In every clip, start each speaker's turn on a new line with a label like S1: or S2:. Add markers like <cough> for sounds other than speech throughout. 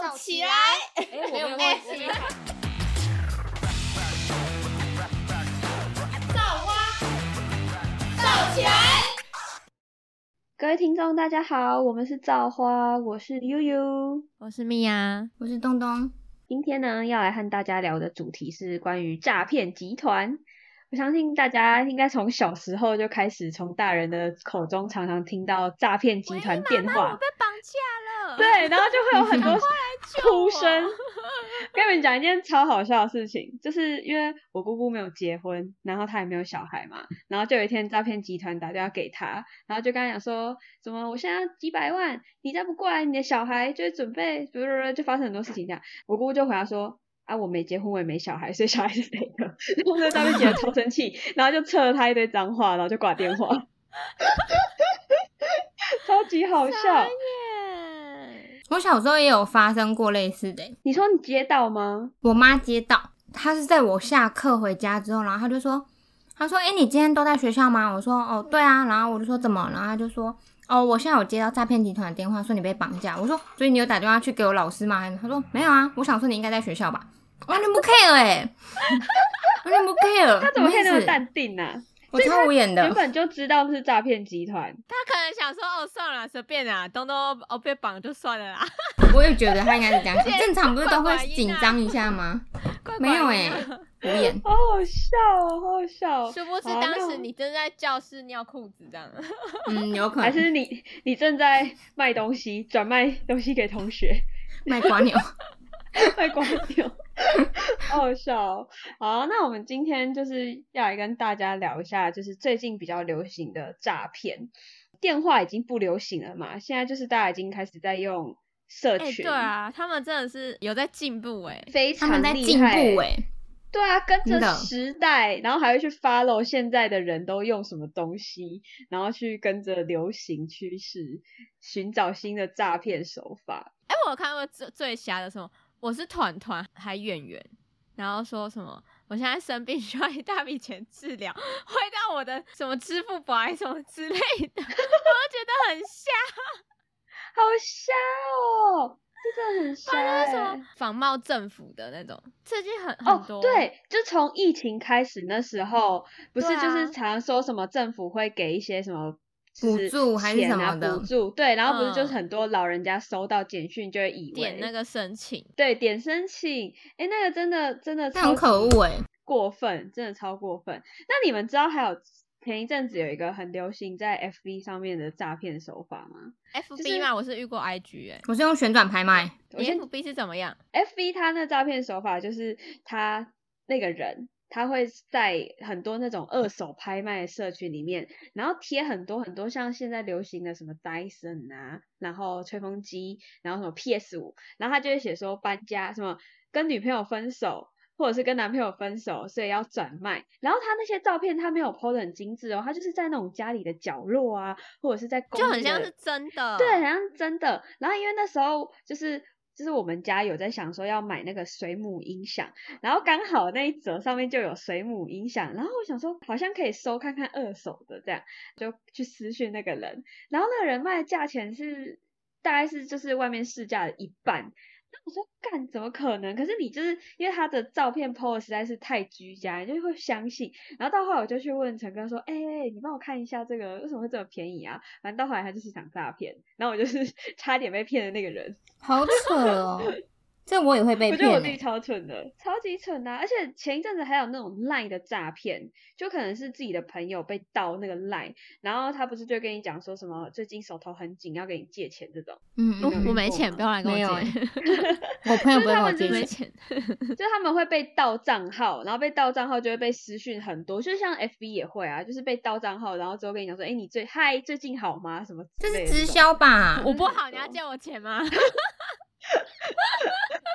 S1: 跳起来！
S2: 哎，我没有
S1: 哎
S2: 忘记。
S1: 跳起来！
S3: 各位听众，大家好，我们是造花，我是悠悠。
S2: 我是米娅，
S1: 我是东东，
S3: 今天呢，要来和大家聊的主题是关于诈骗集团。我相信大家应该从小时候就开始，从大人的口中常常听到诈骗集团电话。
S2: 绑架了
S3: 对，然后就会有
S2: <laughs>
S3: 很多
S2: 救我
S3: 哭声。跟你们讲一件超好笑的事情，就是因为我姑姑没有结婚，然后她也没有小孩嘛，然后就有一天诈骗集团打电话给她，然后就跟她讲说，什么我现在要几百万，你再不过来，你的小孩就会准备，就就发生很多事情这样。我姑姑就回答说。啊，我没结婚，我也没小孩，所以小孩是谁的？ <laughs> 然后那诈骗集团超生气，然后就撤了他一堆脏话，然后就挂电话，超级好笑。
S2: 耶！
S1: 我小时候也有发生过类似的欸、
S3: 你说你接到吗？
S1: 我妈接到，她是在我下课回家之后，然后她就说，她说，哎、你今天都在学校吗？我说，哦，对啊。然后我就说怎么？然后她就说，哦，我现在有接到诈骗集团的电话，说你被绑架。我说，所以你有打电话去给我老师吗？她说没有啊，我想说你应该在学校吧。完全不 care 哎、 <laughs> 完全不 care，
S3: 他怎么可以那
S1: 什
S3: 么
S1: 意思
S3: 淡定呢、啊？
S1: 我超无
S3: <laughs>
S1: 言
S3: 原
S1: 的，
S3: 本就知道是诈骗集团，
S2: 他可能想说，哦，算了，随便啦，东东哦被绑就算了啦。 <laughs>
S1: 我也觉得他应该是这
S3: <laughs>
S1: 样
S2: 而
S1: 想。
S2: 且
S1: 正常不是都
S2: 怪
S1: 会
S2: 寡音啊
S1: 紧张一下吗？
S2: 乖乖
S1: 没有哎、
S2: 呀
S1: 无言。
S3: 好好笑哦，好好笑、哦。
S2: 殊不知
S3: 好
S2: 当
S3: 那我
S2: 时你正在教室尿裤子这 <laughs> 样。哎
S1: 嗯，有可
S3: 还
S1: 能
S3: 是你你正在卖东西，转卖东西给同学，
S1: 卖瓜牛。
S3: <laughs> 卖瓜牛，好好笑、哦。好，那我们今天就是要来跟大家聊一下，就是最近比较流行的诈骗。电话已经不流行了嘛，现在就是大家已经开始在用社
S2: 哎，
S3: 群，
S2: 对啊，他们真的是有在进步哎。
S3: 非
S1: 他
S3: 常
S1: 们在
S3: 厉
S1: 进步
S3: 害
S1: 哎、
S3: 对啊，跟
S1: 真
S3: 着
S1: 的
S3: 时代，然后还会去 follow 现在的人都用什么东西，然后去跟着流行趋势，寻找新的诈骗手法。
S2: 哎、我有看过最最瞎的什么？我是团团还圆圆，然后说什么？我现在生病需要一大笔钱治疗，汇到我的什么支付宝还是什么之类的，我就觉 <laughs> 得很瞎。
S3: 好瞎哦，这真的很瞎
S1: 啊
S2: 那
S3: 欸、
S2: 是什么仿冒政府的那种，最近很很多、
S3: 哦，对，就从疫情开始那时候，不是
S2: 对
S3: 就是
S2: 啊
S3: 常常说什么政府会给一些什么
S1: 补
S3: 就是
S1: 助还是
S3: 钱
S1: 什
S3: 啊
S1: 么的
S3: 补助，对，然后不是就是
S2: 嗯
S3: 很多老人家收到简讯就会以为
S2: 点那个申请，
S3: 对点申请，哎，那个真的真的
S1: 这很
S3: 超
S1: 可
S3: 级
S1: 恶哎、
S3: 过分，真的超过分。那你们知道还有前一阵子有一个很流行在 FB 上面的诈骗手法吗
S2: FB 嘛，我是遇过 IG 哎、
S1: 我是用旋转拍卖，
S3: 我
S2: 你
S3: 先
S2: FB 是怎么样？
S3: FB 它那诈骗手法就是他那个人。他会在很多那种二手拍卖的社群里面，然后贴很多很多像现在流行的什么 Dyson 啊，然后吹风机，然后什么 PS 五，然后他就会写说搬家什么跟女朋友分手，或者是跟男朋友分手，所以要转卖。然后他那些照片他没有 po 的很精致哦，他就是在那种家里的角落啊，或者是在公
S2: 就很
S3: 寓
S2: 像
S3: 的
S2: 是真的，
S3: 对，好像真的。然后因为那时候就是就是我们家有在想说要买那个水母音响，然后刚好那一折上面就有水母音响，然后我想说好像可以收看看二手的这样，就去私讯那个人，然后那个人卖的价钱是大概是就是外面市价的一半。那我说干怎么可能？可是你就是因为他的照片 PO 的实在是太居家，你就会相信。然后到后来我就去问陈哥说：“哎、欸，你帮我看一下这个为什么会这么便宜啊？”反正到后来它就是一场诈骗，然后我就是 <laughs> 差点被骗的那个人。
S1: 好扯哦，这我也会被
S3: 我觉得我
S1: 骗、
S3: 自己
S1: 欸。
S3: 超蠢的，超级蠢的啊、而且前一阵子还有那种赖的诈骗，就可能是自己的朋友被盗那个赖，然后他不是就跟你讲说什么最近手头很紧，要给你借钱这种。
S1: 嗯，
S2: 我
S1: 嗯
S2: 我
S1: 嗯
S2: 没欸钱，不要来跟我
S1: 没有
S2: 借， <laughs>
S1: 我朋友不会跟我
S3: 就
S1: 借
S3: 是他们
S2: 没
S1: 钱，
S2: 钱。
S3: 就他们会被盗账号，然后被盗账号就会被私讯很多，就像 FB 也会啊，就是被盗账号，然后之后跟你讲说，哎、你最嗨最近好吗？什么之
S1: 这
S3: 类
S1: 是
S3: 的
S1: 直
S3: 种，
S1: 销吧？
S2: 我不好， <laughs> 你要借我钱吗？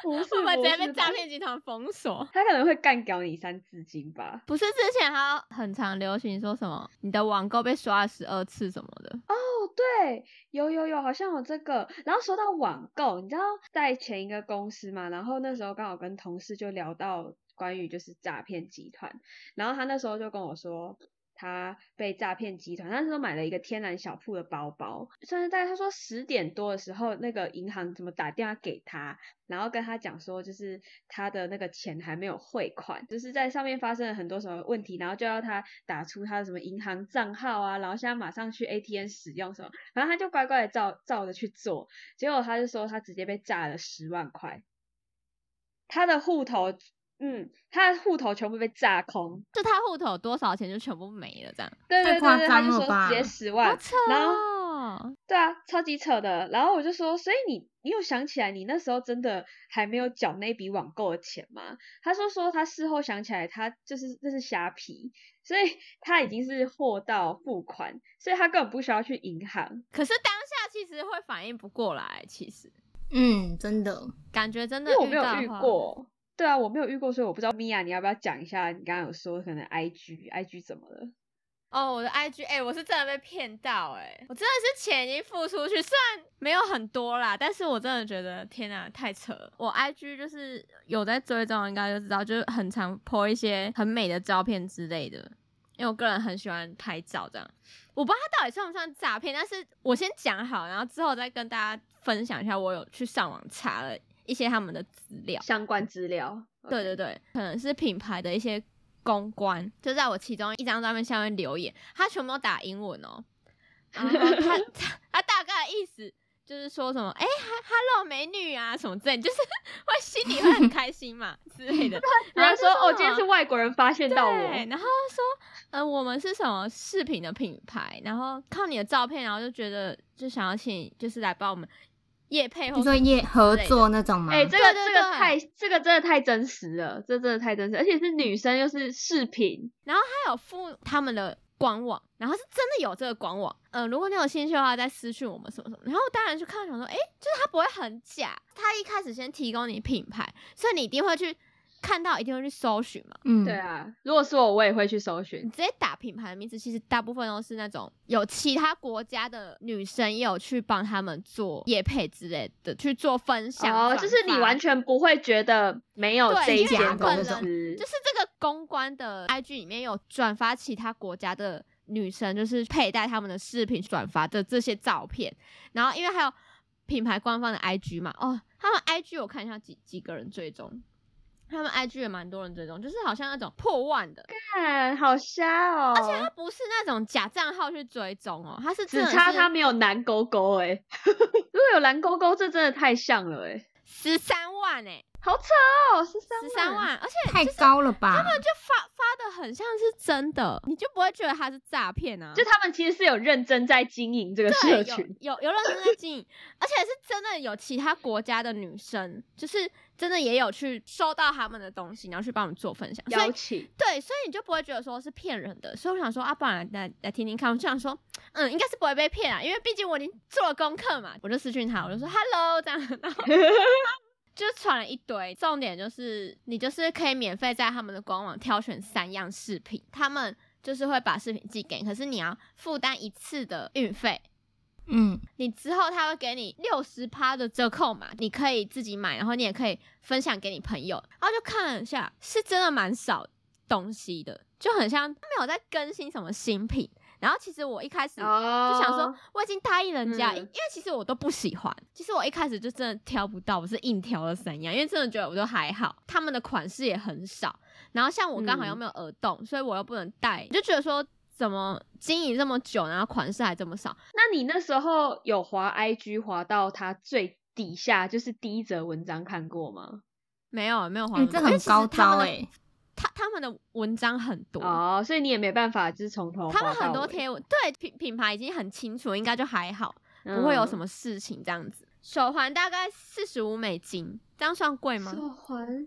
S3: 不是
S2: 我们直接被诈。
S3: 不是
S2: 骗集团封锁。
S3: 他可能会干掉你三字经吧？
S2: <laughs> 不是之前还有很常流行说什么你的网购被刷了十二次什么的，
S3: 哦，对，有有有，好像有这个。然后说到网购，你知道在前一个公司嘛，然后那时候刚好跟同事就聊到关于就是诈骗集团，然后他那时候就跟我说，他被诈骗集团，他那时候买了一个天然小铺的包包，算是大概他说十点多的时候，那个银行怎么打电话给他，然后跟他讲说，就是他的那个钱还没有汇款，就是在上面发生了很多什么问题，然后就要他打出他的什么银行账号啊，然后现在马上去 ATM 使用什么，然后他就乖乖的照照着去做，结果他就说他直接被诈了十万块，他的户头。嗯，他的户头全部被炸空，
S2: 就他户头有多少钱就全部没了，这样
S3: 对
S1: 太
S3: 对
S1: 夸
S3: 对对，他
S1: 张
S3: 就
S1: 了
S3: 说
S1: 吧
S3: 直接十
S2: 好
S3: 万，
S2: 扯
S3: 然后
S2: 哦！
S3: 对啊，超级扯的。然后我就说，所以你你有想起来你那时候真的还没有缴那笔网购的钱吗？他说说他事后想起来，他就是这是虾皮，所以 <laughs> 他已经是货到付款，所以他根本不需要去银行。
S2: 可是当下其实会反应不过来，其实
S1: 嗯，真
S3: 哦
S1: 的，
S2: 感觉真
S3: 因
S2: 的
S3: 为我没有
S2: 到的
S3: 遇
S2: 话，
S3: 过，对啊，我没有遇过，所以我不知道米娅，你要不要讲一下？你刚刚有说可能 I G I G 怎么了？
S2: 哦，我的 IG，哎、我是真的被骗到、哎，我真的是钱已经付出去，虽然没有很多啦，但是我真的觉得天哪、太扯了。我 IG 就是有在追踪，应该就知道，就是很常 po 一些很美的照片之类的，因为我个人很喜欢拍照，这样。我不知道它到底算不算诈骗，但是我先讲好，然后之后再跟大家分享一下，我有去上网查了一些他们的资料。
S3: 相关资料。
S2: 对对对，可能是品牌的一些公关，就在我其中一张照片下面留言，他全部都打英文
S3: <laughs>
S2: 哦。然后他他他大概的意思就是说什么，哎、哈 hello 美女啊什么之类，就是 <laughs> 会心里会很开心嘛之类
S3: <laughs>
S2: 啊的。然
S3: 然
S2: 后
S3: 后
S2: 就
S3: 说哦，
S2: 什
S3: 今天
S2: 么
S3: 是外国人发现到
S2: 对，
S3: 我，
S2: 然后说，呃，我们是什么饰品的品牌，然后靠你的照片，然后就觉得就想要请，就是来帮我们夜配或
S1: 你说
S2: 什么
S1: 业合
S2: 之类的
S1: 作那种吗？
S3: 哎、这个
S2: 对对
S3: 这个
S2: 对
S3: 太这个真的太真实了，这真的太真实，而且是女生又是饰品，
S2: 他有附他们的官网，然后是真的有这个官网。呃，如果你有兴趣的话，再私讯我们什么什么。然后当然去看，想说，诶，就是他不会很假，他一开始先提供你品牌，所以你一定会去看到，一定会去搜寻嘛。
S1: 嗯，
S3: 对啊，如果是我，我也会去搜
S2: 你
S3: 寻。
S2: 直接打品牌的名字，其实大部分都是那种有其他国家的女生也有去帮他们做业配之类的，去做分享。
S3: 哦，就是你完
S2: 全。
S3: 全不会觉得没有
S2: 对
S3: 这一
S1: 因为
S3: 间
S1: 他本
S3: 公
S1: 人
S3: 司
S2: 就，是这个公关的 IG 里面有转发其他国家的女生，就是佩戴他们的饰品转发的这些照片，然后因为还有品牌官方的 IG 嘛，哦，他们 IG 我看一下几几个人追踪，他们 IG 也蛮多人追踪，就是好像那种破万的，
S3: 看好瞎哦，而且
S2: 他不是那种假账号去追踪哦，他是真
S3: 只
S2: 的
S3: 差
S2: 是
S3: 他没有蓝勾勾哎、 <laughs> 如果有蓝勾勾，这真的太像了哎、
S2: 十三万哎、
S3: 好扯哦，十三
S2: 十三，万，而且
S1: 太高了吧？
S2: 他们就发发的很像是真的，你就不会觉得他是诈骗啊，
S3: 就他们其实是有认真在经营这个社
S2: 对，
S3: 群，
S2: 有有有认真在经营，而且是真的有其他国家的女生，就是真的也有去收到他们的东西，然后去帮我们做分享，所
S3: 邀
S2: 以
S3: 请。
S2: 对，所以你就不会觉得说是骗人的。所以我想说啊，不然来来来听听看，我就想说，嗯，应该是不会被骗啊，因为毕竟我已经做了功课嘛，我就私讯他，我就说 hello 这样，然后就传了一堆。重点就是你就是可以免费在他们的官网挑选三样饰品，他们就是会把饰品寄给你，可是你要负担一次的运费。
S1: 嗯，
S2: 你之后他会给你六十趴的折扣嘛，你可以自己买，然后你也可以分享给你朋友。然后就看了一下，是真的蛮少东西的，就很像他没有在更新什么新品。然后其实我一开始嗯就
S3: 哦
S2: 想说，我已经答应人家，
S3: 嗯
S2: 因为其实我都不喜欢。其实我一开始就真的挑不到，我是硬挑了三样，因为真的觉得我都还好，他们的款式也很少。然后像我刚好又
S3: 嗯
S2: 没有耳洞，所以我又不能戴，就觉得说怎么经营这么久，然后款式还这么少。
S3: 那你那时候有滑 IG 滑到它最底下，就是第一则文章看过吗？
S2: 没有没有黄
S1: 哎、
S2: 文
S1: 这
S2: 章，
S1: 很高招哎、
S2: 哎、他他们的文章很多，
S3: 哦，所以你也没办法，就是从头
S2: 他们
S3: 滑到
S2: 很多
S3: 尾，
S2: 贴文，对品品牌已经很清楚，应该就还好，
S3: 嗯
S2: 不会有什么事情这样子。手环大概四十五美金，这样算贵吗？
S3: 手环，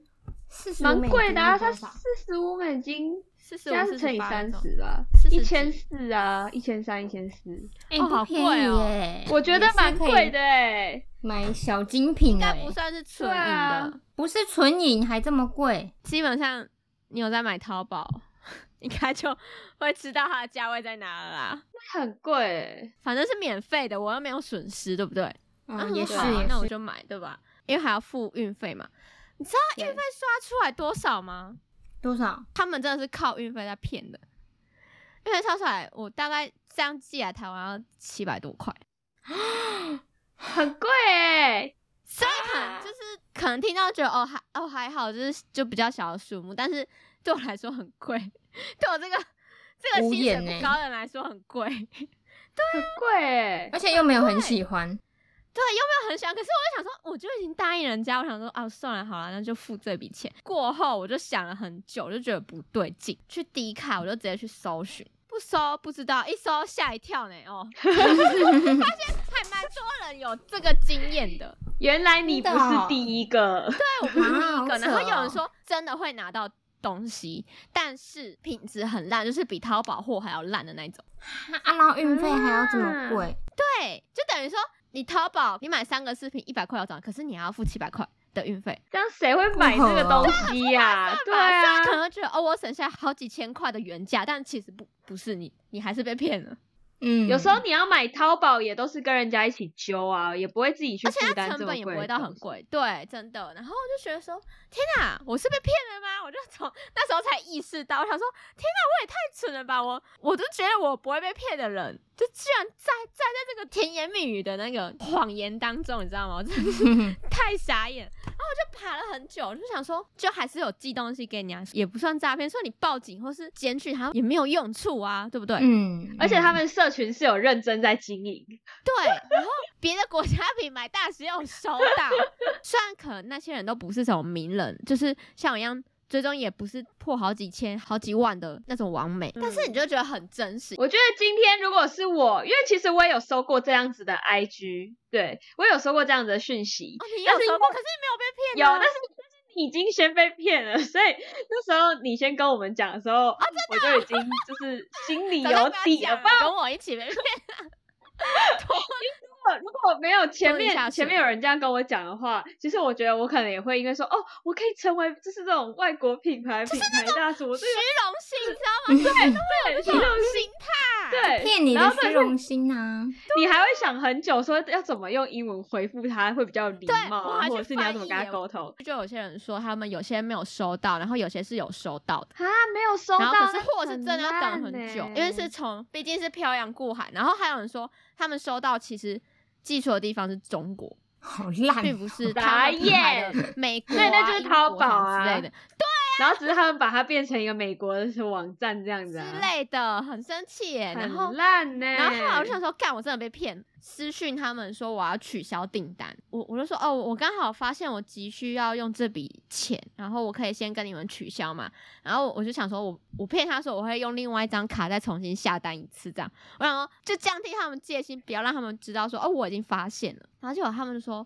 S1: 四十
S3: 蛮贵的啊，它四十五美金，
S2: 四十
S3: 现在
S2: 五
S3: 是乘以三，十吧，
S2: 48
S3: 一千四啊，一千三，一千四，
S1: 哎、
S2: 哦
S1: 不
S2: 好
S1: 便
S2: 贵
S1: 宜
S2: 哦
S1: 耶、
S3: 我觉得
S1: 也是
S3: 蛮
S1: 可以
S3: 贵的哎。
S1: 买小精品
S2: 应该
S1: 哎、
S2: 不算是纯
S3: 对
S2: 银的。
S3: 啊
S1: 不是纯饮还这么贵，
S2: 基本上你有在买淘宝， <laughs> 应该就会知道它的价位在哪了啦。
S3: 很贵欸，
S2: 反正是免费的，我又没有损失，对不对？
S1: 嗯，也是
S2: 对啊
S1: 也
S2: 那我
S1: 是，
S2: 就买，对吧？因为还要付运费嘛。你知道
S3: 对
S2: 运费刷出来多少吗？
S1: 多少？
S2: 他们真的是靠运费在骗的。因为超出来我大概这样寄来台湾要七百多块。
S3: 很贵哎、
S2: 所以可能就是可能听到觉得哦还哦还好，就是就比较小的数目，但是对我来说很贵， <laughs> 对我这个这个
S1: 无
S2: 薪
S1: 言
S2: 水
S1: 欸
S2: 不高的人来说很贵。 <laughs>
S3: 很贵哎、
S1: 而且又没有很喜
S3: <laughs>
S1: 欢，
S2: 对，又没有很想，可是我就想说，我就已经答应人家，我想说啊，算了，好了，那就付这笔钱。过后我就想了很久，我就觉得不对劲，去低卡我就直接去搜寻，不搜不知道，一搜吓一跳呢，哦，发现还蛮多人有这个经验的。
S3: 原来你不
S1: 真的哦
S3: 是第一个，
S2: 我不是第
S1: 啊好
S2: 一个。然后
S1: 扯哦
S2: 有人说真的会拿到东西，但是品质很烂，就是比淘宝货还要烂的那一种。
S1: 啊，然后运费还要这么贵，
S2: 对，就等于说你淘宝你买三个饰品一百块要涨，可是你还要付七百块的运费。
S3: 这样谁会买这个东西呀、对啊
S2: 虽然，可能觉得哦，我省下好几千块的原价，但其实不不是你，你还是被骗了。
S1: 嗯，
S3: 有时 <laughs> 候你要买淘宝也都是跟人家一起揪啊，也不会自己去
S2: 而且
S3: 负
S2: 它
S3: 担
S2: 成
S3: 这么
S2: 本也
S3: 贵
S2: 不会
S3: 的
S2: 到
S3: 东
S2: 很
S3: 西。
S2: 贵，对，真的。然后我就觉得说，天哪，我是被骗了吗？我就从那时候才意识到，我想说，天哪，我也太蠢了吧！我我都觉得我不会被骗的人，就居然在在在这个甜言蜜语的那个谎言当中，你知道吗？我真的是 <laughs> 太傻眼。然后我就爬了很久，我就想说，就还是有寄东西给你啊，也不算诈骗，说你报警或是检举他也没有用处啊，对不对？
S1: 嗯，
S3: 而且他们社群是有认真在经营，
S2: 对，然后别的国家品牌大 <laughs> 使有收到，虽然可能那些人都不是什么名人，就是像我一样，最终也不是破好几千、好几万的那种完
S3: 嗯
S2: 美，但是你就觉得很真实。
S3: 我觉得今天如果是我，因为其实我也有收过这样子的 IG，对我也有收过这样子的讯息，
S2: 哦，你有
S3: 但是
S2: 收
S3: 因
S2: 过，
S3: 为
S2: 可是你没
S3: 有，
S2: 有被骗啊。
S3: 但是但是你已经先被骗了，所以那时候你先跟我们讲的时
S2: 哦
S3: 候，我就已经就是心里
S2: 啊早就
S3: 有
S2: 跟他
S3: 底
S2: 讲
S3: 了。
S2: 了
S3: 不然
S2: 跟我一起被骗。
S3: <laughs> 如果如果没有前
S2: 拖你下
S3: 面
S2: 水
S3: 前面有人这样跟我讲的话，其实我觉得我可能也会因为说哦，我可以成为就是这种外国品牌品牌大使，我
S2: 虚
S3: 这个
S2: 荣心，你知道吗？
S3: 对
S2: 这
S3: 虚
S2: 种
S3: 荣心
S2: 心态，
S1: <laughs>
S3: 对
S1: 骗你
S3: 然
S1: 的
S3: 后
S1: 虚荣心啊，
S3: 你还会想很久，说要怎么用英文回复他会比较礼
S2: 对
S3: 貌
S2: 我
S3: 啊，
S2: 还
S3: 或
S2: 去
S3: 者是你要
S2: 翻
S3: 怎么
S2: 译
S3: 跟他
S2: 耶
S3: 沟通
S2: 就有些人说他们有些没有收到，然后有些是有收到的。
S3: 啊？没有收
S2: 然后可
S3: 到，
S2: 是
S3: 那
S2: 货是真的要等很
S3: 烂
S2: 久，
S3: 欸
S2: 因为是
S3: <laughs>
S2: 从毕竟是漂洋过海，然后还有人说他们收到其实寄出的地方是中国，
S1: 好烂，
S2: 并不是
S3: 傻
S2: 他们品牌的美国、啊、
S3: 那那就是
S2: 英
S3: 淘
S2: 国什么
S3: 宝啊
S2: 之类的
S3: 然后只是他们把它变成一个美国的网站这样子、啊，
S2: 之类的，很生气耶。然后
S3: 很烂呢、
S2: 然后后来我
S3: 哎
S2: 就想说，干，我真的被骗，私讯他们说我要取消订单，我我就说哦，我刚好发现我急需要用这笔钱，然后我可以先跟你们取消嘛，然后我就想说我我骗他说我会用另外一张卡再重新下单一次，这样，我想说就降低他们戒心，不要让他们知道说哦我已经发现了，然后结果他们就说。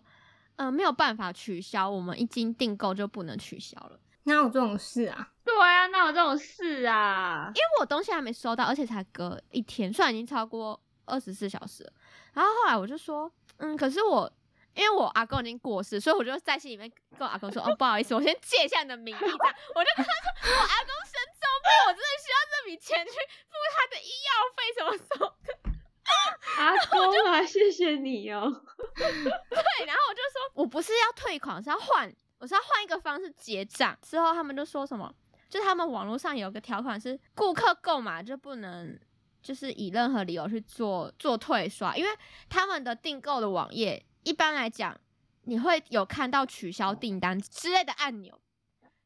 S2: 嗯、没有办法取消，我们一经订购就不能取消了，
S1: 哪有这种事啊？
S3: 对啊，哪有这种事啊？
S2: 因为我东西还没收到，而且才隔一天，虽然已经超过二十四小时了。然后后来我就说，嗯，可是我因为我阿公已经过世，所以我就在心里面跟我阿公说，哦，不好意思，我先借一下你的名义，这样， <laughs> 我就跟他说，我哦阿公生重病，我真的需要这笔钱去付他的医药费什么什么的。
S3: 阿公啊，谢谢你哦。
S2: 对，然后我就说，我不是要退款，我是要换，我是要换一个方式结账。之后他们就说什么，就是他们网络上有个条款是，顾客购买就不能就是以任何理由去做做退刷，因为他们的订购的网页一般来讲，你会有看到取消订单之类的按钮。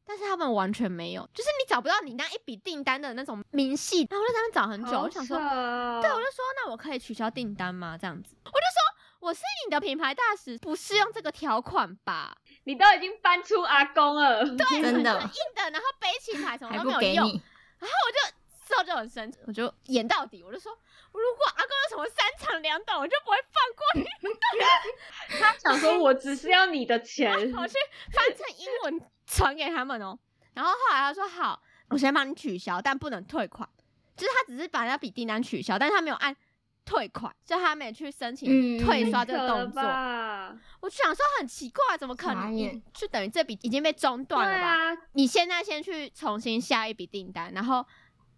S2: 但是他们完全没有，就是你找不到你那一笔订单的那种明细，然后我就在那边找很久，
S3: 好
S2: 我就想说
S3: 扯，哦
S2: 对，我就说那我可以取消订单吗？这样子，我就说我是你的品牌大使，不适用这个条款吧？
S3: 你都已经搬出阿公了，对，
S2: 对
S1: 真
S2: 很
S1: 的
S2: 硬的，然后背起来什么
S1: 还
S2: 都
S1: 不
S2: 没有
S1: 给
S2: 用，
S1: 你，
S2: 然后我就之后就很生气，我就演到底，我就说我如果阿公有什么三长两短，我就不会放过你。
S3: 他想说我只是要你的
S2: <laughs>
S3: 钱，
S1: 嗯
S2: 我去翻成英文传给他们哦。然后后来他说好，我先帮你取消，但不能退款。就是他只是把那笔订单取消，但是他没有按退款，所以他没有去申请
S1: 嗯
S2: 退刷
S3: 太
S2: 这
S3: 扯
S2: 个
S3: 了
S2: 动作。
S3: 吧？
S2: 我就想说很奇怪，怎么可
S1: 傻
S2: 能
S1: 眼
S2: 你？就等于这笔已经被中
S3: 对
S2: 断了吧？
S3: 啊，
S2: 你现在先去重新下一笔订单，然后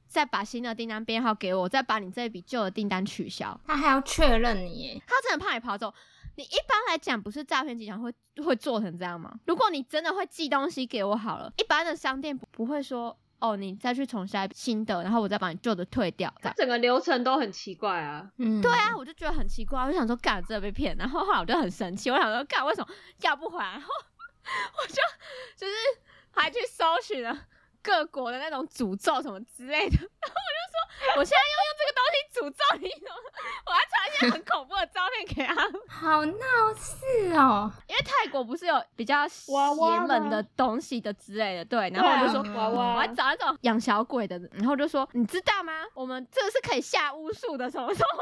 S2: 再把新的订单编号给我，再把你这笔旧的订单取消。
S1: 他还要确认你耶，
S2: 他真的怕你跑走。你一般来讲不是诈骗集团会会做成这样吗？如果你真的会寄东西给我好了，一般的商店不不会说哦，你再去重下新的，然后我再把你旧的退掉。这
S3: 它
S2: 样
S3: 整个流程都很奇怪啊。
S1: 嗯，
S2: 对啊，我就觉得很奇怪，我就想说干，真的被骗。然后后来我就很生气，我想说干，为什么要不还？然后 <laughs> 我就就是还去搜寻了各国的那种诅咒什么之类的。然后我就说，我现在要用这个东西诅咒你，我还传一些很恐怖的照片给他们。
S1: 好闹事哦， <laughs>
S2: 因为泰国不是有比较邪
S3: 娃娃
S2: 门
S3: 吗
S2: 的东西的之类的，对。然后我就说，
S3: 对啊娃
S2: 我
S3: 娃
S2: 还，找那种养小鬼的，然后就说你知道吗？我们这个是可以下巫术的，什么什么，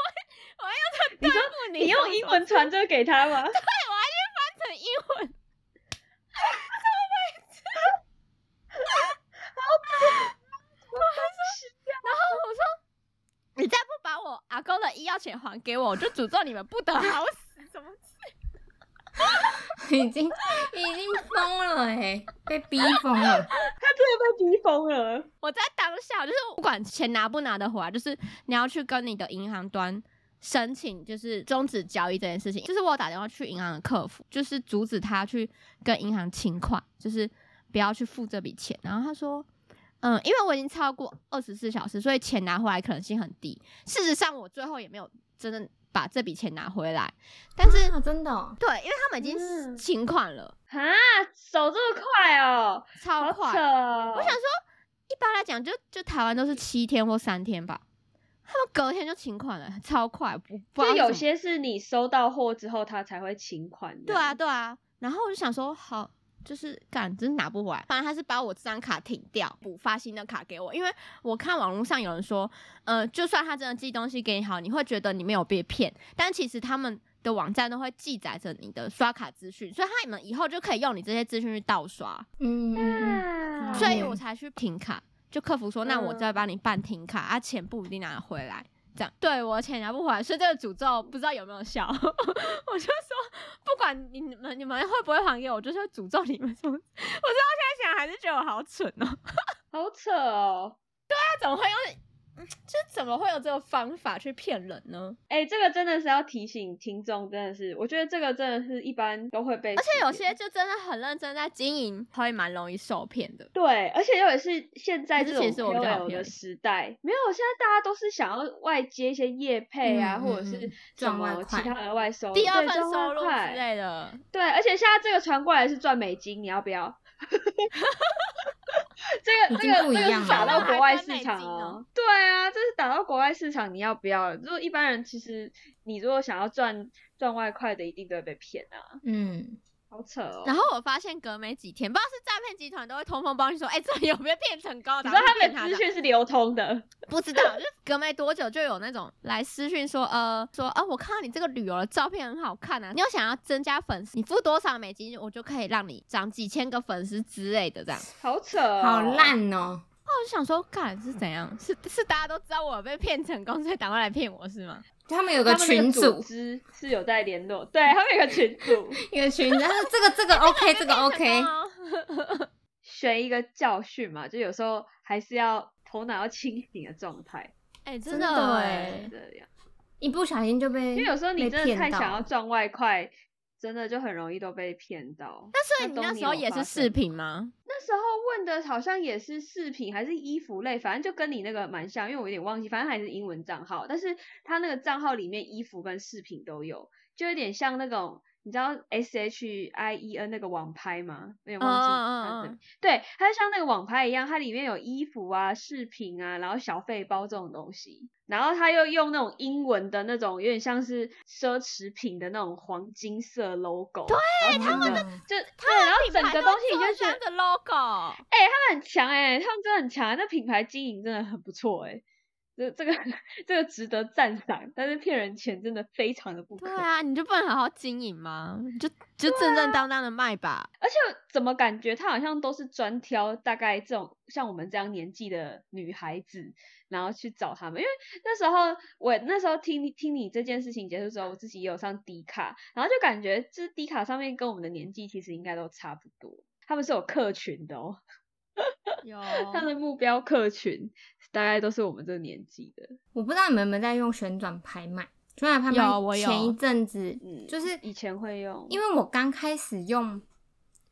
S2: 我要用这个对付你
S3: 你用英文传这个给他吗？ <laughs>
S2: 成英 <laughs> 文， <laughs> 然后我说你再不把我阿公的医药钱还给我，我就诅咒你们不得好死， <laughs> 怎么？
S1: 已经已经疯了哎、被逼疯了。
S3: 他真的被逼疯了。
S2: 我在当下就是不管钱拿不拿得回来，就是你要去跟你的银行端申请，就是终止交易这件事情。就是我有打电话去银行的客服，就是阻止他去跟银行请款，就是不要去付这笔钱。然后他说。嗯，因为我已经超过二十四小时，所以钱拿回来可能性很低。事实上，我最后也没有真的把这笔钱拿回来，但是、
S1: 啊、真的、哦，
S2: 对，因为他们已经
S3: 嗯
S2: 请款了，
S3: 啊，手这么快哦，
S2: 超
S3: 好
S2: 快，
S3: 扯哦！
S2: 我想说，一般来讲，就就台湾都
S3: 嗯
S2: 是七天或三天吧，他们隔天就请款了，超快，不不知道
S3: 就有
S2: 为什么
S3: 些是你收到货之后，他才会请款。
S2: 对啊，对啊，然后我就想说，好，就是干，真拿不回来，反正他是把我这张卡停掉，补发新的卡给我，因为我看网络上有人说，呃，就算他真的寄东西给你好，你会觉得你没有被骗，但其实他们。的网站都会记载着你的刷卡资讯，所以他们以后就可以用你这些资讯去盗刷。
S1: 嗯嗯
S3: 啊，
S1: 嗯
S2: 所以
S1: 嗯
S2: 我才去停卡。就客服说，那我再帮你办停卡，啊，钱不一定拿得回来。这样，对我钱拿不回来，所以这个诅咒不知道有没有效。 <laughs> 我就说，不管你们你们会不会还给我，我就是会诅咒你们什么。 <laughs> 我知道现在想还是觉得我好蠢哦，
S3: 好扯哦。
S2: 他怎么会用，嗯就是怎么会有这个方法去骗人呢？
S3: 哎、这个真的是要提醒听众，真的是，我觉得这个真的是一般都会被欺
S2: 而
S3: 骗，
S2: 且有些就真的很认真在经营，会蛮容易受骗的。
S3: 对，而且尤其是现在
S2: 还是
S3: 这种
S2: 其实我比较好
S3: KOL
S2: 骗
S3: 的时代，没有，现在大家都是想要外接一些业配啊，
S1: 嗯
S3: 或者
S1: 嗯
S3: 是
S1: 嗯
S3: 什
S1: 赚外
S3: 么其
S1: 快
S3: 他额外收入，
S2: 第二
S3: 对
S2: 份
S3: 赚外
S2: 收入
S3: 快
S2: 之类的，
S3: 对，而且现在这个传过来是赚美金，你要不要？ <laughs> 这
S1: 已
S3: 个这
S1: 经
S3: 个
S1: 不一
S3: 这个
S1: 样
S3: 是打
S1: 了
S3: 到国外市
S2: 还赚
S3: 场
S2: 美金哦
S3: 哦。对啊，这是打到国外市场，你要不要？如果一般人其实你如果想要赚赚外快的，一定都会被骗啊，
S1: 嗯，
S3: 好扯哦。
S2: 然后我发现隔没几天，不知道是诈骗集团都会通风报信说，哎、这有没有骗成功？然
S3: 你知道
S2: 后
S3: 他
S2: 骗
S3: 们
S2: 他
S3: 资
S2: 的，
S3: 讯是流通的，
S2: 不知道，就是隔没多久就有那种来私讯说，呃，说啊、我看到你这个旅游的照片很好看啊，你有想要增加粉丝，你付多少美金，我就可以让你涨几千个粉丝之类的这样。
S3: 好扯、哦，
S1: 好。烂哦，
S2: 哦，我就想说，干是怎样？是是大家都知道我有被骗成功，所以打过来骗我是吗？
S1: 他们有
S3: 他
S1: 个
S3: 们那
S1: 群
S3: 个
S1: 组
S3: 组，织是有在联络，对他们有个群
S1: <laughs>
S3: 组，
S1: 有个群组，他说这个这个 OK，这个 OK，
S2: 啊
S3: 学一个教训嘛，就有时候还是要头脑要清醒的状态，
S2: 哎、真
S1: 真
S2: 的
S1: 的
S2: 哎、
S1: 哎
S3: 这样。
S1: 一不小心就被，
S3: 因为有时候你
S1: 被
S3: 真的
S1: 骗
S3: 太
S1: 到
S3: 想要赚外快，真的就很容易都被骗到。
S2: 那所以你
S3: 那
S2: 那
S3: 东
S2: 时
S3: 尼
S2: 候
S3: 有
S2: 也
S3: 发
S2: 是
S3: 生
S2: 视频吗？
S3: 那时候问的好像也是饰品还是衣服类，反正就跟你那个蛮像，因为我有点忘记，反正还是英文账号，但是他那个账号里面衣服跟饰品都有，就有点像那种。你知道 S H I E N 那个网拍吗？有点忘记它
S2: 嗯嗯嗯
S3: 的
S2: 嗯
S3: 对，它就像那个网拍一样，它里面有衣服啊、饰品啊，然后小费包这种东西，然后它又用那种英文的那种，有点像是奢侈品的那种黄金色 logo。对，他
S1: 真的
S3: 就对，然后整个东西你就觉得
S2: 这的 logo。
S3: 哎、他们很强哎、他们真的很强、啊，那品牌经营真的很不错哎、这这个 <laughs> 这个值得赞赏，但是骗人钱真的非常的不可。
S2: 对啊，你就不能好好经营吗？就就正正当当的卖吧。
S3: 而且怎么感觉他好像都是专挑大概这种像我们这样年纪的女孩子，然后去找他们。因为那时候我那时候听你听你这件事情结束之后，我自己也有上低卡，然后就感觉就是低卡上面跟我们的年纪其实应该都差不多，他们是有客群的哦。
S2: 有， <laughs>
S3: 他的目标客群大概都是我们这个年纪的，
S1: 我不知道你们有没有在用旋转拍卖，旋转拍
S2: 有我
S1: 卖
S2: 有
S1: 前一阵子
S3: 嗯，
S1: 就是
S3: 以前会用，
S1: 因
S3: 为
S1: 为我刚开始用，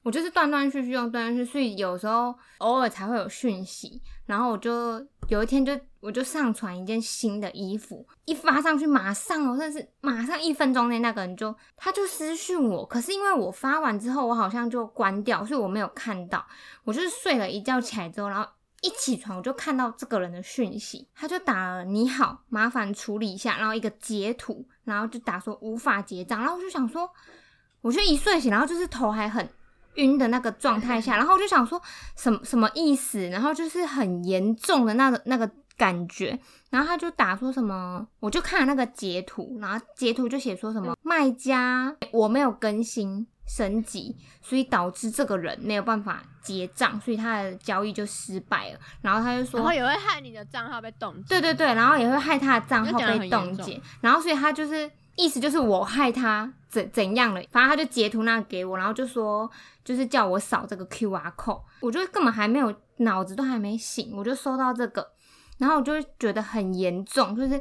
S1: 我就是断断续续用断断续续，所以有时候偶尔才会有讯息。然后我就有一天就我就上传一件新的衣服，一发上去马上哦，但是马上一分钟内那个人就他就私讯我，可是因为我发完之后我好像就关掉，所以我没有看到。我就是睡了一觉起来之后，然后一起床我就看到这个人的讯息，他就打了你好，麻烦处理一下，然后一个截图，然后就打说无法结账，然后我就想说，我就一睡醒，然后就是头还很晕的那个状态下，然后我就想说什么什么意思，然后就是很严重的那个那个感觉，然后他就打说什么，我就看了那个截图，然后截图就写说什么卖家我没有更新升级，所以导致这个人没有办法结账，所以他的交易就失败了。然后他就说
S2: 然后，也会害你的账号被冻结。
S1: 对对对，然后也会害他的账号
S2: 那讲得
S1: 被
S2: 很
S1: 冻
S2: 严
S1: 结
S2: 重，
S1: 然后所以他就是意思就是我害他怎怎样了，反正他就截图那个给我，然后就说就是叫我扫这个 QR code，我就根本还没有脑子都还没醒，我就收到这个，然后我就觉得很严重，就是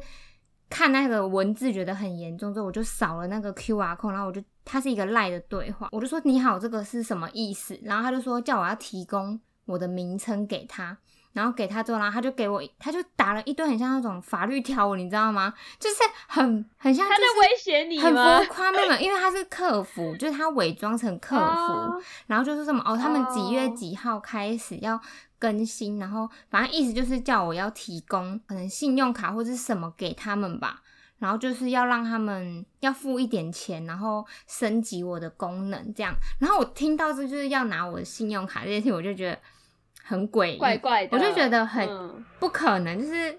S1: 看那个文字觉得很严重之后，我就扫了那个 QR code，然后我就它是一个赖的对话，我就说你好，这个是什么意思？然后他就说叫我要提供我的名称给他。然后给他之后，然后他就给我，他就打了一堆很像那种法律条文，你知道吗？就是很很像、就
S3: 他
S1: 是，
S3: 在威胁你
S1: 很
S3: 吗？
S1: 浮夸，没有，没有因为他是客服，就是他伪装成客服，
S3: 哦
S1: 然后就是什么哦，他们几月
S3: 哦
S1: 几号开始要更新，然后反正意思就是叫我要提供可能信用卡或者什么给他们吧，然后就是要让他们要付一点钱，然后升级我的功能这样。然后我听到这就是要拿我的信用卡这件事情，我就觉得很诡异，
S3: <laughs> 怪怪的，
S1: 我就觉得很
S3: 嗯
S1: 不可能，就是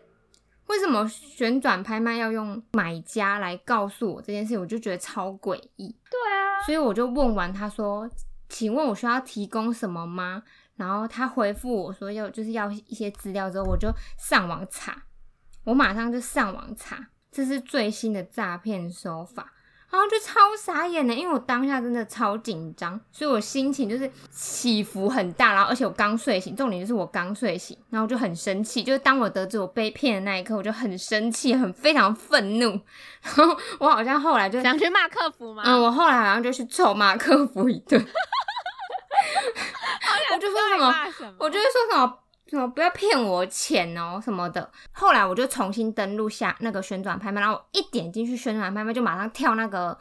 S1: 为什么旋转拍卖要用买家来告诉我这件事情，我就觉得超诡异。
S3: 对啊，
S1: 所以我就问完他说：“请问我需要提供什么吗？”然后他回复我说要就是要一些资料之后，我就上网查，我马上就上网查，这是最新的诈骗手法。然后就超傻眼的，因为我当下真的超紧张，所以我心情就是起伏很大。然后，而且我刚睡醒，重点就是我刚睡醒，然后我就很生气。就是当我得知我被骗的那一刻，我就很生气，很非常愤怒。然后我好像后来就
S2: 想去骂客服吗？
S1: 嗯，我后来好像就去臭骂客服一顿， <laughs> 我就说什么，
S2: 骂什么？
S1: 我就会说什么什么不要骗我钱哦什么的。后来我就重新登录下那个旋转拍卖，然后我一点进去旋转拍卖就马上跳那个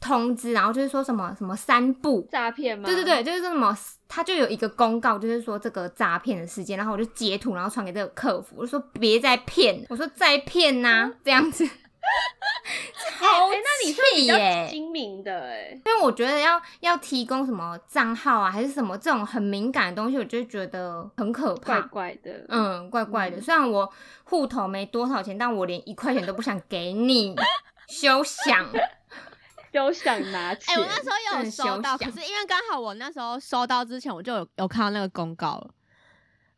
S1: 通知，然后就是说什么什么三步。
S3: 诈骗吗？
S1: 对对对，就是说什么，他就有一个公告，就是说这个诈骗的事件，然后我就截图，然后传给这个客服，我就说别再骗了，我说再骗呐、这样子，
S3: 嗯 <laughs> 哎，
S1: 好
S3: 哎那你是
S1: 气
S3: 比
S1: 耶、
S3: 较精明的哎，
S1: 因为我觉得要要提供什么账号啊，还是什么这种很敏感的东西，我就觉得很可怕。
S3: 怪怪的，
S1: 嗯，怪怪的。
S3: 嗯
S1: 虽然我户头没多少钱，但我连一块钱都不想给你，
S2: <laughs>
S1: 休想！
S3: 都想拿
S2: 哎、
S3: 钱。
S2: 我那时候也有收到，
S1: 真
S2: 可
S1: 的休想
S2: 是因为刚好我那时候收到之前，我就有有看到那个公告了，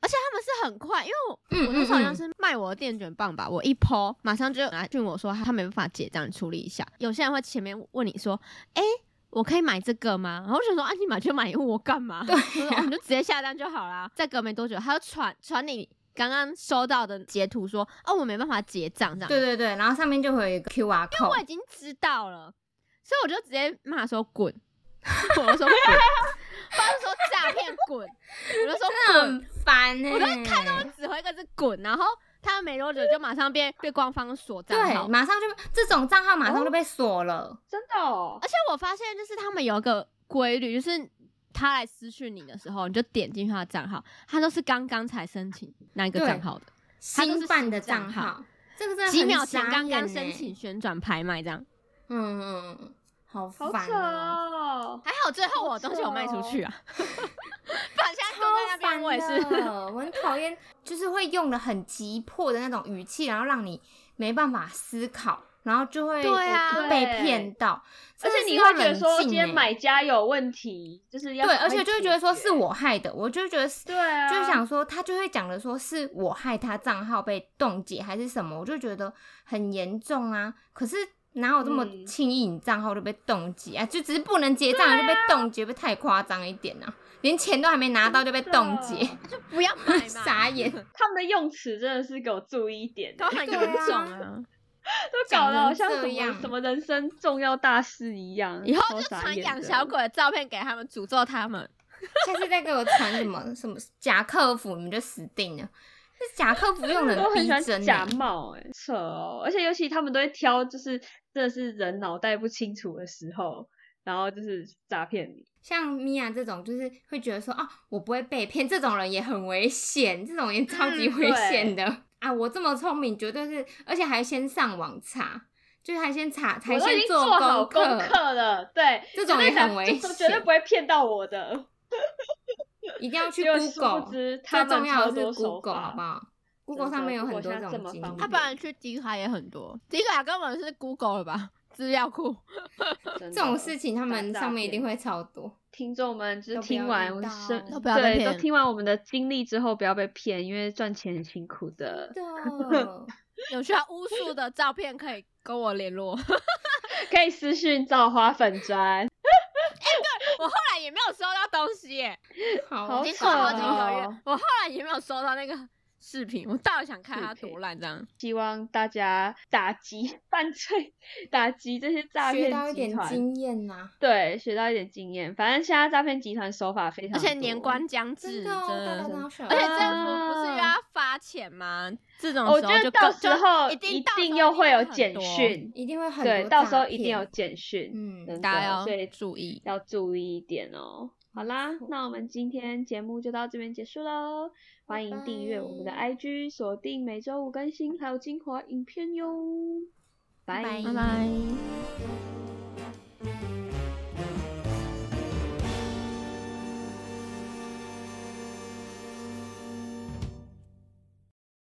S2: 而且他们是很快，因为我、
S1: 嗯
S2: 我那时候好
S1: 嗯嗯
S2: 像是卖我的电卷棒吧，我一抛马上就有人来问我说他没办法结账，你处理一下。有些人会前面问你说，哎、我可以买这个吗？然后我就想说啊，你买就买，你问我干嘛？ <laughs>
S1: 对啊
S2: 我说哦你就直接下单就好啦。再隔没多久，他就传传你刚刚收到的截图说，哦，我没办法结账这样。
S1: 对对对，然后上面就会有一个 QR
S2: 我已
S1: code，
S2: 经知道了，所以我就直接骂说滚， <laughs> 我就说滚， <laughs> 他就说诈骗滚，我就说滚，
S1: 很烦欸呢、
S2: 我就看到只回一个字滚，然后他没多久就马上被被官方锁账
S1: 对，
S2: 号，哦
S1: 马上就这种账号马上就被锁了。
S3: 真的哦，
S2: 而且我发现就是他们有一个规律，就是。他来私讯你的时候，你就点进去他的账号，他都是刚刚才申请那一个
S1: 对
S2: 账号的，它都是
S1: 新办的
S2: 新账
S1: 账
S2: 号
S1: 号，这个真的
S2: 几
S1: 很
S2: 秒前
S1: 傻
S2: 刚
S1: 眼
S2: 刚申
S1: 欸
S2: 请。旋转拍卖这样。
S1: 嗯嗯嗯，好
S3: 好
S1: 烦
S3: 扯
S1: 哦、
S3: 哦。
S2: 还好最后我的东西我卖出去 <laughs> 啊，不然现在
S1: 超
S2: 丢在那
S1: 烦
S2: 边我也是。 <laughs>
S1: 的，我很讨厌，就是会用的很急迫的那种语气，然后让你没办法思考，然后就会
S2: 对啊
S1: 被骗到，
S3: 而
S1: 真的
S3: 且
S1: 是
S3: 你
S1: 要
S3: 会觉
S1: 冷
S3: 得
S1: 静
S3: 说今天
S1: 欸
S3: 买家有问题，就是要
S1: 对，
S3: 赶
S1: 而
S3: 快
S1: 且就会
S3: 解
S1: 觉得说
S3: 决
S1: 是我害的，我就会觉得是
S3: 对啊，
S1: 就是想说，他就会讲的说是我害他账号被冻结还是什么，我就觉得很严重啊。可是哪有这么
S3: 嗯
S1: 轻易你账号就被冻结啊？就只是不能结账就被
S3: 啊
S1: 冻结，会不会太夸张一点啊？连钱都还没拿到就被冻结，
S2: 不要买嘛，
S1: <laughs> 傻眼。
S3: 他们的用词真的是给我注意一点欸，
S2: 都很严重啊！
S3: 都搞得好像
S1: 讲成
S3: 什
S1: 这样
S3: 么什么人生重要大事一样。
S2: 以后
S3: 超
S2: 就
S3: 傻
S2: 传
S3: 眼
S2: 养
S3: 的
S2: 小，鬼的照片给他们，诅咒他们。
S1: 下次再给我传什么什么假客服，你们就死定了。这假客服用的
S3: <laughs> 我很
S1: 逼
S3: 喜欢
S1: 真、
S3: 假
S1: 欸，
S3: 冒、欸，哎，扯哦！而且尤其他们都会挑，就是真的是人脑袋不清楚的时候，然后就是诈骗你。
S1: 像米娅这种，就是会觉得说啊，我不会被骗，这种人也很危
S3: 嗯
S1: 险，这种也超级危险的、啊！我这么聪明，绝对是，而且还先上网查，就是还先查，还
S3: 我都已
S1: 先
S3: 经好
S1: 功
S3: 功课了，对，
S1: 这种也很危
S3: 绝对
S1: 险
S3: 绝对不会骗到我的。
S1: 一定要去
S3: 结果殊不
S1: Google。
S3: 知他
S1: 最
S3: 们
S1: 重要
S3: 超
S1: 的
S3: 多
S1: 是
S3: 手
S1: Google 啊好
S3: 法
S1: 不。好？Google
S3: 真的
S1: 上面有很
S3: Google
S1: 多
S3: 现在
S1: 这
S3: 这
S1: 种
S3: 么
S1: 经
S3: 方
S1: 历
S2: 他。
S3: 便
S2: 本来去迪卡也很多，迪卡根本是 Google 了吧，资料库。
S3: 真的
S1: 这种事情他们
S3: 大诈
S1: 上面一定会
S3: 骗
S1: 超多。
S3: <laughs> 听众们就是
S1: 都不
S3: 听
S1: 要
S3: 完
S1: 遇
S3: 我
S1: 到
S3: 是
S1: 都
S2: 不要被
S3: 对，都
S2: 骗
S3: 听完我们的经历之后，不要被骗，因为赚钱很辛苦
S1: <laughs>
S3: 的。啊
S1: 的，
S2: 有需要巫术的照片可以跟我联络。后
S3: 可以私讯造花粉砖，
S2: 来也没有收到东西耶，
S1: 好
S3: 好
S2: 已经
S1: 扯
S2: 过了好几个
S1: 哦！
S2: 月，我后来也没有收到那个视频，我到底想看它多烂这样。
S3: 希望大家打击 <laughs> 犯罪，打击这些诈
S1: 学
S3: 骗
S1: 到一
S3: 集
S1: 点
S3: 团。
S1: 经验呐，
S3: 对，学到一点经验。反正现在诈骗集团手法非常
S2: 而
S3: 多，
S2: 且年关将至，
S1: 真的哦，大家
S2: 真
S1: 都
S2: 的
S1: 要学。
S2: 而且
S3: 这
S2: 政府不是又要发钱吗？这种
S3: 啊哦我
S2: 时
S3: 觉
S2: 候就
S3: 得到
S2: 更
S3: 时
S2: 就
S3: 候
S2: 一定到时候
S3: 定
S2: 一
S3: 又
S2: 定
S3: 会有
S2: 很
S3: 简
S2: 多，
S3: 讯，
S1: 一定会很
S3: 对，
S1: 多
S3: 到时候
S1: 诈
S3: 一定有
S1: 骗
S3: 简讯，
S1: 嗯，
S3: 真
S2: 大
S3: 的
S2: 家要
S3: 所以
S2: 注意。
S3: 要注意一点哦。好啦，那我们今天节目就到这边结束喽。欢迎订阅我们的
S1: 拜拜
S3: IG，锁定每周五更新，还有精华影片哟。
S1: 拜
S2: 拜拜。